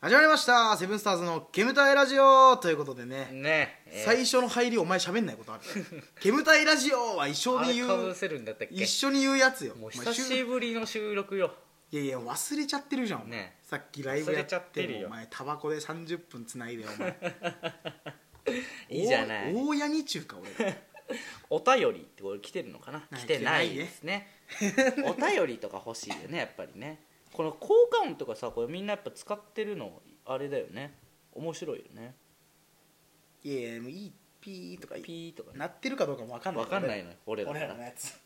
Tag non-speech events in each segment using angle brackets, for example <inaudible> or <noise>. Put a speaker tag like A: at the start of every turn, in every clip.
A: 始まりましたセブンスターズのゲムタイラジオということでね、
B: ねえー
A: 最初の入りお前喋んない
B: <laughs>
A: ことあるゲムタイラジオは一緒
B: あ
A: に
B: れ
A: 言
B: かぶ
A: う
B: せるんだったっけ
A: 一緒に言うやつよ
B: もう
A: お前
B: 久しぶりの収録よ
A: いやいや忘れちゃってるじゃん、お前
B: ね
A: さっきライブやっ
B: 忘れちゃって
A: て
B: る
A: も
B: よ
A: お前タバコで30分つないでお前
B: <laughs> いいじゃない
A: 大大家に中か俺ら
B: お便りってこれ来てるのかな
A: はい
B: 来てないですね <laughs> お便りとか欲しいよねやっぱりねこの効果音とかさこれみんなやっぱ使ってるのあれだよね面白いよね
A: いやいやもういいピーとか
B: ピーとかね
A: なってるかどうかも分かんない
B: わかんないのよ俺
A: 俺俺
B: らから
A: らのやつ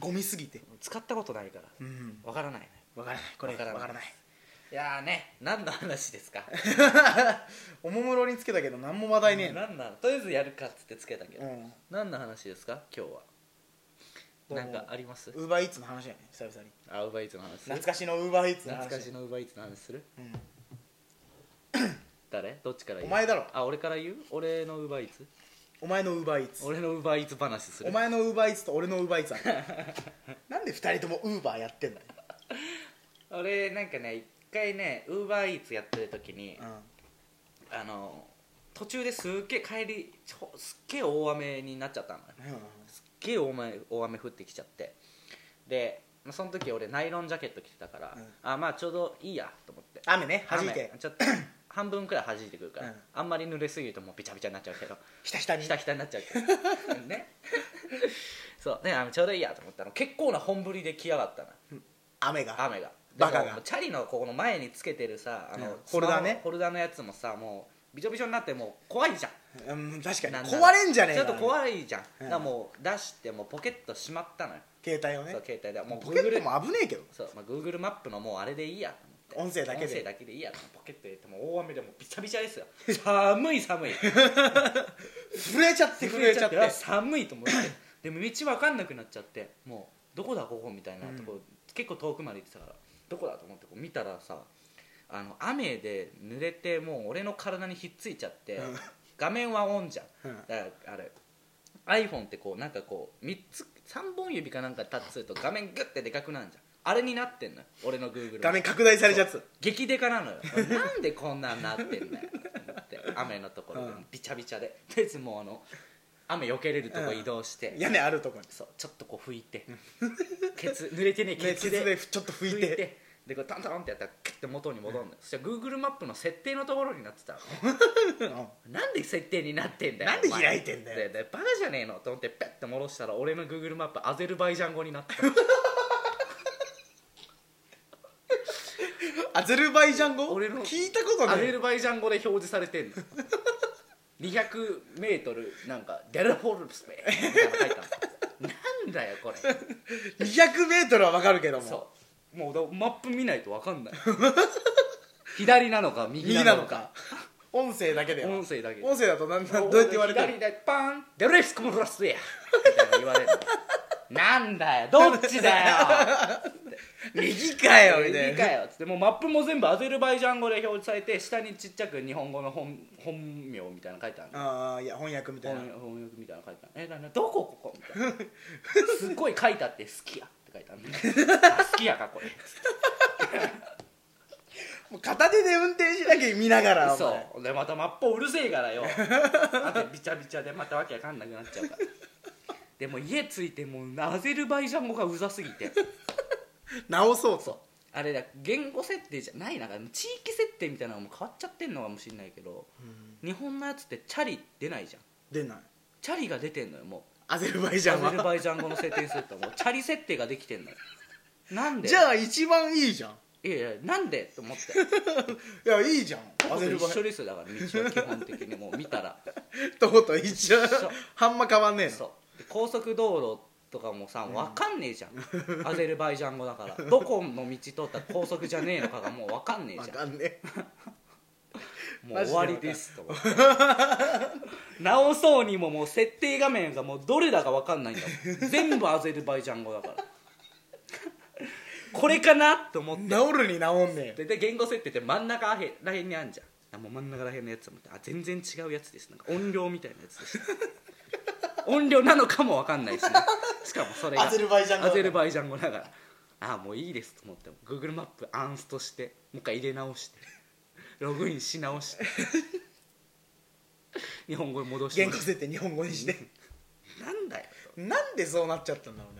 A: ゴミすぎて
B: 使ったことないから
A: うん
B: わからないね
A: 分からないこれ
B: わ
A: 分
B: か
A: からら
B: な
A: ないい
B: いやーね何の話ですか
A: <laughs> おもむろにつけたけど何も話題ねえな、
B: <laughs> 何なのとりあえずやるかっつってつけたけど、
A: うん
B: 何の話ですか今日は
A: どう
B: なんかあります
A: ウーバーイーツの話やね久々に
B: あウーバーイーツの話する
A: 懐かしのウーバーイーツの話
B: 懐かしのウーバーイーツの話する
A: うん
B: 誰どっちから言
A: お
B: う
A: 前だろ
B: あ俺から言う俺のウーバーイーツ
A: お前のウーバーイーツ
B: 俺のウーバーイーツ話する
A: お前のウーバーイーツと俺のウーバーイー
B: <laughs>
A: ツあるなんで二人ともウーバーやってんだよ、
B: 俺なんかね一回ねウーバーイーツやってる時に、
A: うん
B: あの途中ですっげえ帰りちょすっげえ大雨になっちゃったのよすっげえ大雨大雨降ってきちゃってでまあその時俺ナイロンジャケット着てたから、
A: うん
B: あまあちょうどいいやと思って
A: 雨ね弾いて
B: 雨ちょっと半分くらい弾いてくるから、
A: うん
B: あんまり濡れすぎるともうびちゃびちゃになっちゃうけど
A: ひたひたに
B: ひたひたになっちゃうけどねそうねあのちょうどいいやと思ったの結構な本降りで来やがったの
A: 雨が
B: 雨が
A: バカが
B: でもチャリのここの前につけてるさあの、
A: うんホルダーね
B: スマホホルダーのやつもさもうびちょびちょになってもう怖いじゃん
A: うん確かに
B: なんなら
A: 壊れんじゃねえ
B: ちょ
A: か
B: っと怖いじゃん、
A: うん
B: だからもう出してもうポケットしまったのよ、
A: 携帯を
B: そ
A: ね
B: う携帯でもう
A: ポケット
B: Google
A: も危ねえけど
B: そう、まあ、Google マップのもうあれでいいやと思って
A: 音声だけで
B: 音声だけでいいやと思ってポケット入れてもう大雨でもうびちゃびちゃですよ寒い寒い
A: 震えちゃって震えちゃって
B: あ寒いと思ってでも道分かんなくなっちゃってもうどこだここみたいなとこ、
A: う
B: 結構遠くまで行ってたからどこだと思ってこう見たらさあの雨で濡れてもう俺の体にひっついちゃって、
A: うん
B: 画面はオンじゃん
A: うん
B: だからあれ iPhone ってこうなんかこう3つ3本指かなんかタッチすると画面グッてでかくなるじゃんあれになってんのよ俺の Google
A: 画面拡大されちゃって
B: 激デカなのよなんでこんなんなってんだよと思って雨のところ
A: う
B: で
A: ん
B: びちゃびちゃでとりあえずもうあの雨避けれるとこ移動して、
A: 屋根あるとこに
B: そうちょっとこう拭いてケツ濡れてねえケ
A: <laughs> 熱血
B: ツで
A: でちょっと拭いて
B: でこうトントンってやったらキュッて元に戻るのよ、そしたら Google マップの設定のところになってたの
A: うん
B: なんで設定になってんだよ
A: なんで
B: お前
A: 開いてんだよ
B: ででバカじゃねえのと思ってペッて戻したら俺の Google マップアゼルバイジャン語になってた
A: アゼルバイジャン語
B: 俺の
A: 聞いたことな
B: アゼ
A: い
B: ルバイジャン語で表示されてんの 200m なんか「デルフォルプスメ」みたいなの書いたのなんだよこれ
A: 200m はわかるけども
B: そうもうだマップ見ないと分かんない左なのか右
A: 右
B: な
A: な
B: の
A: の
B: か
A: か <laughs> 音声だけでは
B: 音声だけで
A: 音声だとなんなんどうやって言われてる
B: 左でパン「デルフスコムラスや」みたいな言われるのなんだよどっちだよ
A: 右かよみたい
B: 右か
A: な
B: よっつってもうマップも全部アゼルバイジャン語で表示されて下にちっちゃく日本語の本本名みたいなの書いてあるの
A: ああいや翻訳みたいな
B: 翻翻訳みたいなの書いてあるえななどこここみた
A: <laughs>
B: いなすっごい書いてあって「好きや」って書いてあ
A: <laughs>
B: るねあ好きやかこれ
A: もう片手で運転しなきゃ見ながらお前
B: そうでまたマップうるせえからよ
A: <laughs>
B: あとびちゃびちゃでまたわけわかんなくなっちゃうからでも家着いてもうアゼルバイジャン語がうざすぎて
A: 直そうと
B: あれだ言語設定じゃないなんか地域設定みたいなのも変わっちゃってんのかもしれないけど、日本のやつってチャリ出ないじゃん
A: 出ない
B: チャリが出てんのよも
A: アゼルバイジ
B: うア
A: ャン
B: ゼル
A: は
B: バイジャン語の設定にするともうチャリ設定ができてんのよなんで
A: じゃあ一番いいじゃん
B: いやいやなんでと <laughs> 思って
A: いやいいじゃんアゼルバイ
B: 一緒ですよだから道は基本的に <laughs> もう見たら
A: とこと一緒
B: そう
A: はんま変わんねえの
B: そうで高速道路とかもさ分かんねえじゃん、 <laughs> アゼルバイジャン語だからどこの道通ったら高速じゃねえのかがもう分かんねえ
A: わ
B: じゃん
A: かんねえ
B: もう終わりですと思って <laughs> 直そうにももう設定画面がもうどれだか分かんないんだもん全部アゼルバイジャン語だから <laughs> これかなと思って
A: 治るに治んねえ
B: でで言語設定って真ん中らへんらへんにあんじゃんあもう真ん中らへんのやつだと思ってあ全然違うやつですなんか音量みたいなやつでした
A: <laughs>
B: 音量なのかも分かんないしねしかもそれが
A: アゼルバイジャン語だ
B: ア
A: から
B: ゼルバイジャン語
A: <laughs>
B: だからあもういいですと思って Google マップアンストしてもう一回入れ直してログインし直して日本語に戻して
A: 言語設定日本語にして
B: なんだよ
A: なんでそうなっちゃったんだろう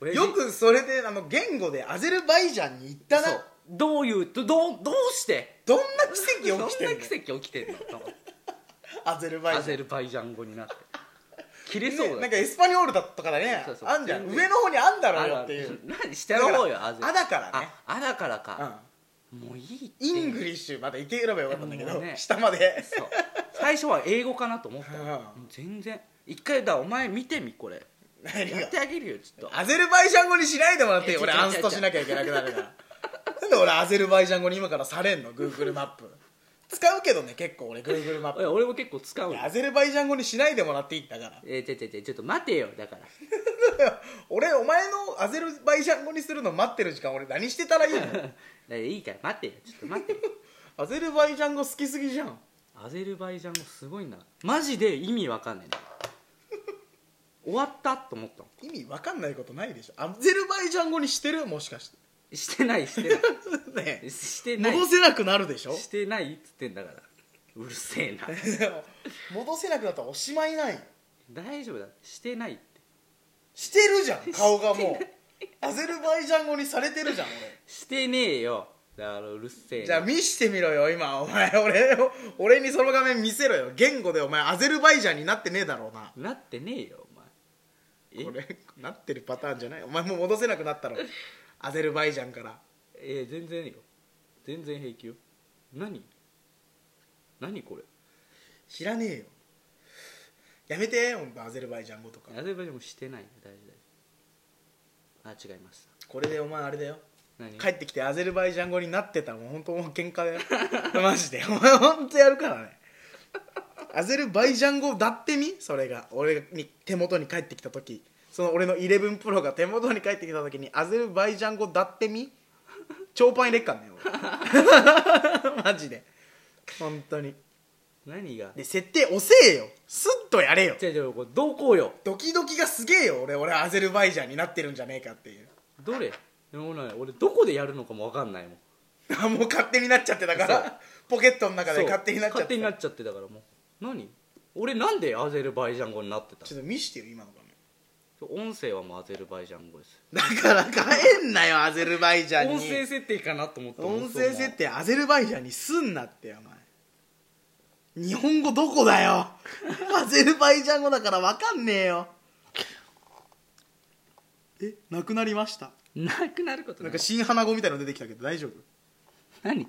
B: 親
A: ね
B: 父
A: よくそれであの言語でアゼルバイジャンに行った
B: そ
A: な
B: うどういうどどうどうして
A: どんな奇跡起きてる
B: どんな奇跡起きてんのと思って
A: のアゼルバイジャ
B: ア
A: ン
B: ゼルバイジャン語にな <laughs> って切れそう
A: ね
B: だ
A: なん
B: よ
A: かエスパニョールだとかね
B: そうそう
A: あんじゃん
B: 全然
A: 上の方にあんだろ
B: あ
A: うよ
B: ら
A: っていう
B: 何してやろうよアゼル
A: あだからね
B: ああだから
A: う
B: か
A: ん
B: もういいって
A: イングリッシュまだいければよかったんだけ
B: も
A: ど
B: うね
A: 下まで
B: そう最初は英語かなと思った
A: うん
B: もう全然一回だお前見てみこれ
A: 何
B: や
A: が
B: ってあげるよちょっと
A: アゼルバイジャン語にしないでもらっていい
B: いや
A: 俺
B: 違う違う
A: アンストしなきゃいけなくなるからなんで俺アゼルバイジャン語に今からされんの Google マップ使うけどね結構俺 Google マッ
B: いや
A: プ
B: 俺も結構使う
A: い
B: の
A: やアゼルバイジャン語にしないでもらっていいんだから
B: えー、ちょいちょいちょいちょっと待てよだから <laughs>
A: 俺お前のアゼルバイジャン語にするの待ってる時間俺何してた
B: <laughs>
A: らいいの
B: だいいから待てよちょっと待 <laughs> ってよ
A: アゼルバイジャン語好きすぎじゃん
B: アゼルバイジャン語すごいなマジで意味わかんないんだよ終わったと思ったの
A: 意味わかんないことないでしょアゼルバイジャン語にしてるもしかして
B: してないして
A: <laughs>
B: な
A: ね
B: <laughs> いしてない
A: 戻せなくなるでしょ
B: してないっつってんだからうるせえな
A: <laughs> 戻せなくなったらおしまいない
B: 大丈夫だしてないって
A: してるじゃん顔がもうアゼルバイジャン語にされてるじゃん
B: してねえよだからうるせえ
A: 俺
B: な
A: じゃあ見してみろよ今お前俺を俺にその画面見せろよ言語でお前アゼルバイジャンになってねえだろうな
B: なってねえよお前
A: これなってるパターンじゃないお前もう戻せなくなったろアゼルバイジャンから
B: ええ全然よ全然平気よ何何これ
A: 知らねえよやめて本当アゼルバイジャン語とか
B: アゼルバイジャンもしてない大丈夫大丈夫あ違います
A: これでお前あれだよ
B: 何
A: 帰ってきてアゼルバイジャン語になってたらもう本当もう喧嘩だよマジで <laughs> お前本当やるからねアゼルバイジャン語だってみそれが俺に手元に帰ってきた時その俺の11プロが手元に帰ってきた時にアゼルバイジャン語だってみ超パン入れっかんね俺 <laughs> マジで本当に
B: 何が
A: で設定押せえよスッとやれよ
B: じゃあじゃあこれどこよ
A: ドキドキがすげえよ俺俺アゼルバイジャンになってるんじゃねえかっていう
B: どれでもね俺どこでやるのかも分かんないもん
A: あ <laughs> もう勝手になっちゃってたか
B: そう
A: らポケットの中
B: そ
A: で
B: う
A: 勝手になっちゃって
B: 勝手に
A: た
B: なっちゃってだからもう何俺なんでアゼルバイジャン語になってた
A: ちょっと見してよ今の画面
B: の音声はもうアゼルバイジャン語です
A: だから帰んなよアゼルバイジャンに
B: 音声設定かなと思って
A: 音声設定アゼルバイジャンにすんなってよお前日本語どこだよアゼルバイジャン語だから分かんねえよえなくなりました
B: なくなること
A: な
B: なんい
A: か新花語みたいの出てきたけど大丈夫
B: 何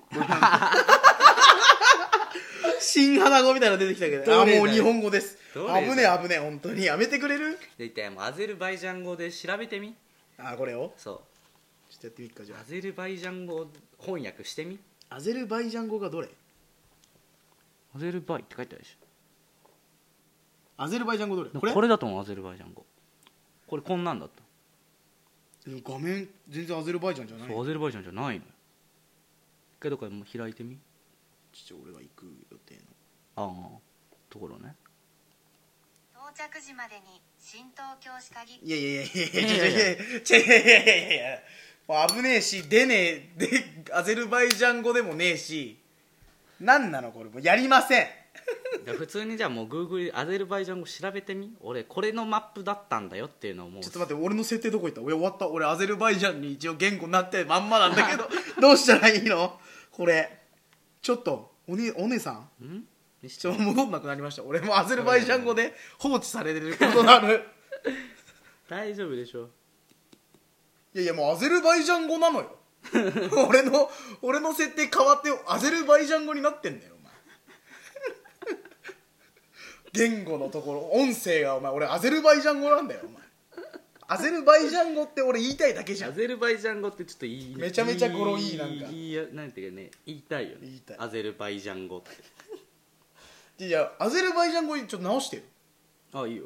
A: 新花語みたいの出てきたけど
B: ど
A: あ
B: れだよ
A: もう日本語です
B: どれだよ
A: 危ねえ危ねえ本当にやめてくれる
B: で一体もうアゼルバイジャン語で調べてみ
A: あこれを
B: そ
A: ちょっとやってみっかじ
B: う
A: ゃ
B: アゼルバイジャン語翻訳してみ
A: あアゼルバイジャン語がどれ
B: アゼルバイって書いてあるでし
A: アゼルバイジャン語どれ
B: ょ
A: これ
B: これだと思うアゼルバイジャン語これこんなんだった
A: でも画面全然アゼルバイジャンじゃない
B: そうアゼルバイジャンじゃないのよ一回どっか開いてみ
A: ちょ俺は行く予定の
B: ああところね
C: 到着時までに新東京歯科技
A: いやいやいやいや
B: いやいや
A: いやいやいやいやいやいやもう危ねえし出ねえでアゼルバイジャン語でもねえしなんなのこれもうやりません
B: じゃあ普通にじゃあもうグーグルアゼルバイジャン語調べてみ俺これのマップだったんだよっていうのをもう
A: ちょっと待って俺の設定どこ行った俺終わった俺アゼルバイジャンに一応言語になってまんまなんだけど <laughs> どうしたらいいのこれちょっとお,、ね、お姉さん
B: ん見せ
A: ち
B: て
A: ょ戻んなくなりました俺もアゼルバイジャン語で放置されてることなる
B: 大丈夫でしょ
A: いやいやもうアゼルバイジャン語なの
B: <laughs>
A: よ俺の俺の設定変わってアゼルバイジャン語になってんだよお前言語のところ音声がお前俺アゼルバイジャン語なんだよお前アゼルバイジャン語って俺言いたいだけじゃ
B: ア
A: ん
B: ゼルバイジャン語ってちょっといい
A: めちゃめちゃ語呂いいなんか
B: いいいなんていうかね言いたいよね
A: 言いたい
B: アゼルバイジャン語って
A: いやアゼルバイジャン語にちょっと直してよ
B: あいいよ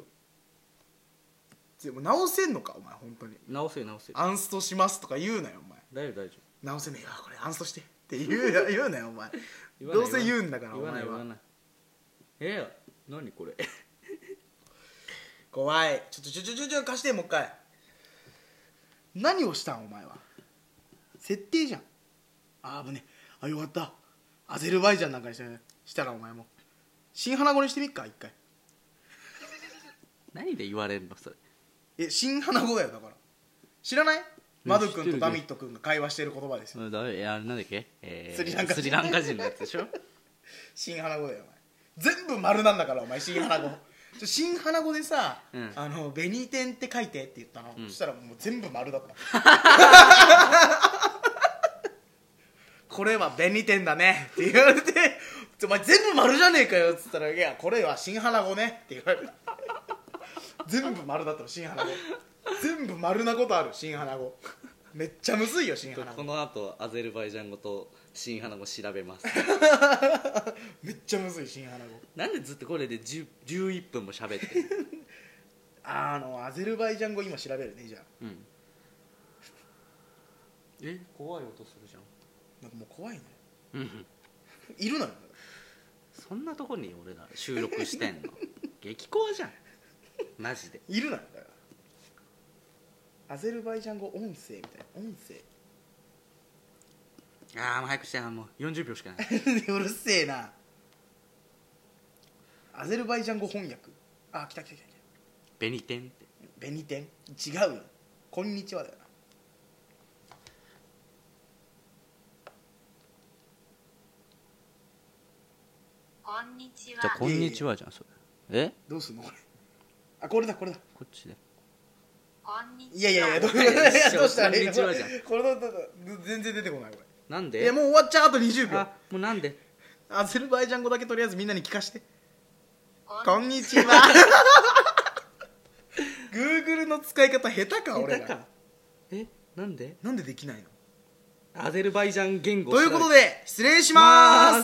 A: でも直せんのかお前本当に
B: 直せよ直せよ
A: アンストしますとか言うなよお前
B: 大丈夫大丈
A: 直せねえよこれアンストしてって言うな言うなよお前
B: 夫わ
A: ど
B: な
A: う
B: い
A: せ言うんだ
B: わ
A: から
B: 言わない
A: お
B: 言
A: 前は
B: わないええ何これ <laughs>
A: 怖いちょっとちょちょちょちょ貸してもう一回何をしたんお前は設定じゃんあー危ねあよかったアゼルバイジャンなんかにしてしたらお前も新花語にしてみっか一回
B: 何で言われるのそれ
A: え新花語だよだから知らないマド君とダミット君が会話してる言葉ですよ
B: うんだめえあれなんだっけ、えー
A: スリランカ人
B: スリランカ人のやつでしょ
A: 新花語だよお前全部丸なんだからお
B: <laughs>
A: 前新花語ちょ新花語でさ「
B: うん
A: あの紅天って書いて」って言ったの、
B: うん
A: そしたらもう全部丸だ
B: <laughs>
A: ったこれは紅天だねって言われて「ちょお前全部丸じゃねえかよ」っつったら「いやこれは新花語ね」って言われて全部丸だったの新花語全部丸なことある新花語めっちゃむずいよ新花
B: こ
A: 語
B: の後アゼルバイジャン語と新花語調べます
A: <laughs> めっちゃむずい新花語
B: なんでずっとこれで10 11分も喋ってる、
A: あのアゼルバイジャン語今調べるねじゃあ
B: うん、え怖い音するじゃん
A: なんかもう怖いね
B: うん
A: いるのよ
B: そんなとこに俺ら収録して <laughs> んの激怖じゃんマジで
A: いるのよだからアゼルバイジャン語音声みたいな音
B: ああもう早くしてあーもう40秒しかない
A: 声 <laughs> うるせえなアゼルバイジャン語翻訳あ来た来た来た来た
B: 紅天って
A: 紅天違うよこんにちはだよな
C: こんにち
B: じゃあ
C: は
B: こんにちはじゃんそれえ
A: どうすんのこれあこれだこれだ
B: こっちで
C: こんにちはい
A: やいやいやどうい
B: いや
A: やどうしたらいいの
B: こんにちはじゃん
A: これだだだ全然出てこないこ
B: なん
A: れ
B: で
A: いやもう終わっちゃうあと20秒
B: あもうなんで
A: アゼルバイジャン語だけとりあえずみんなに聞かして
C: こ
A: こ
C: ん
A: んにち
B: <laughs>
A: は Google の使い方下手か俺
B: 下手
A: ら
B: かえなんで
A: なんでできないの
B: アゼルバイジャン言語
A: ということで失礼します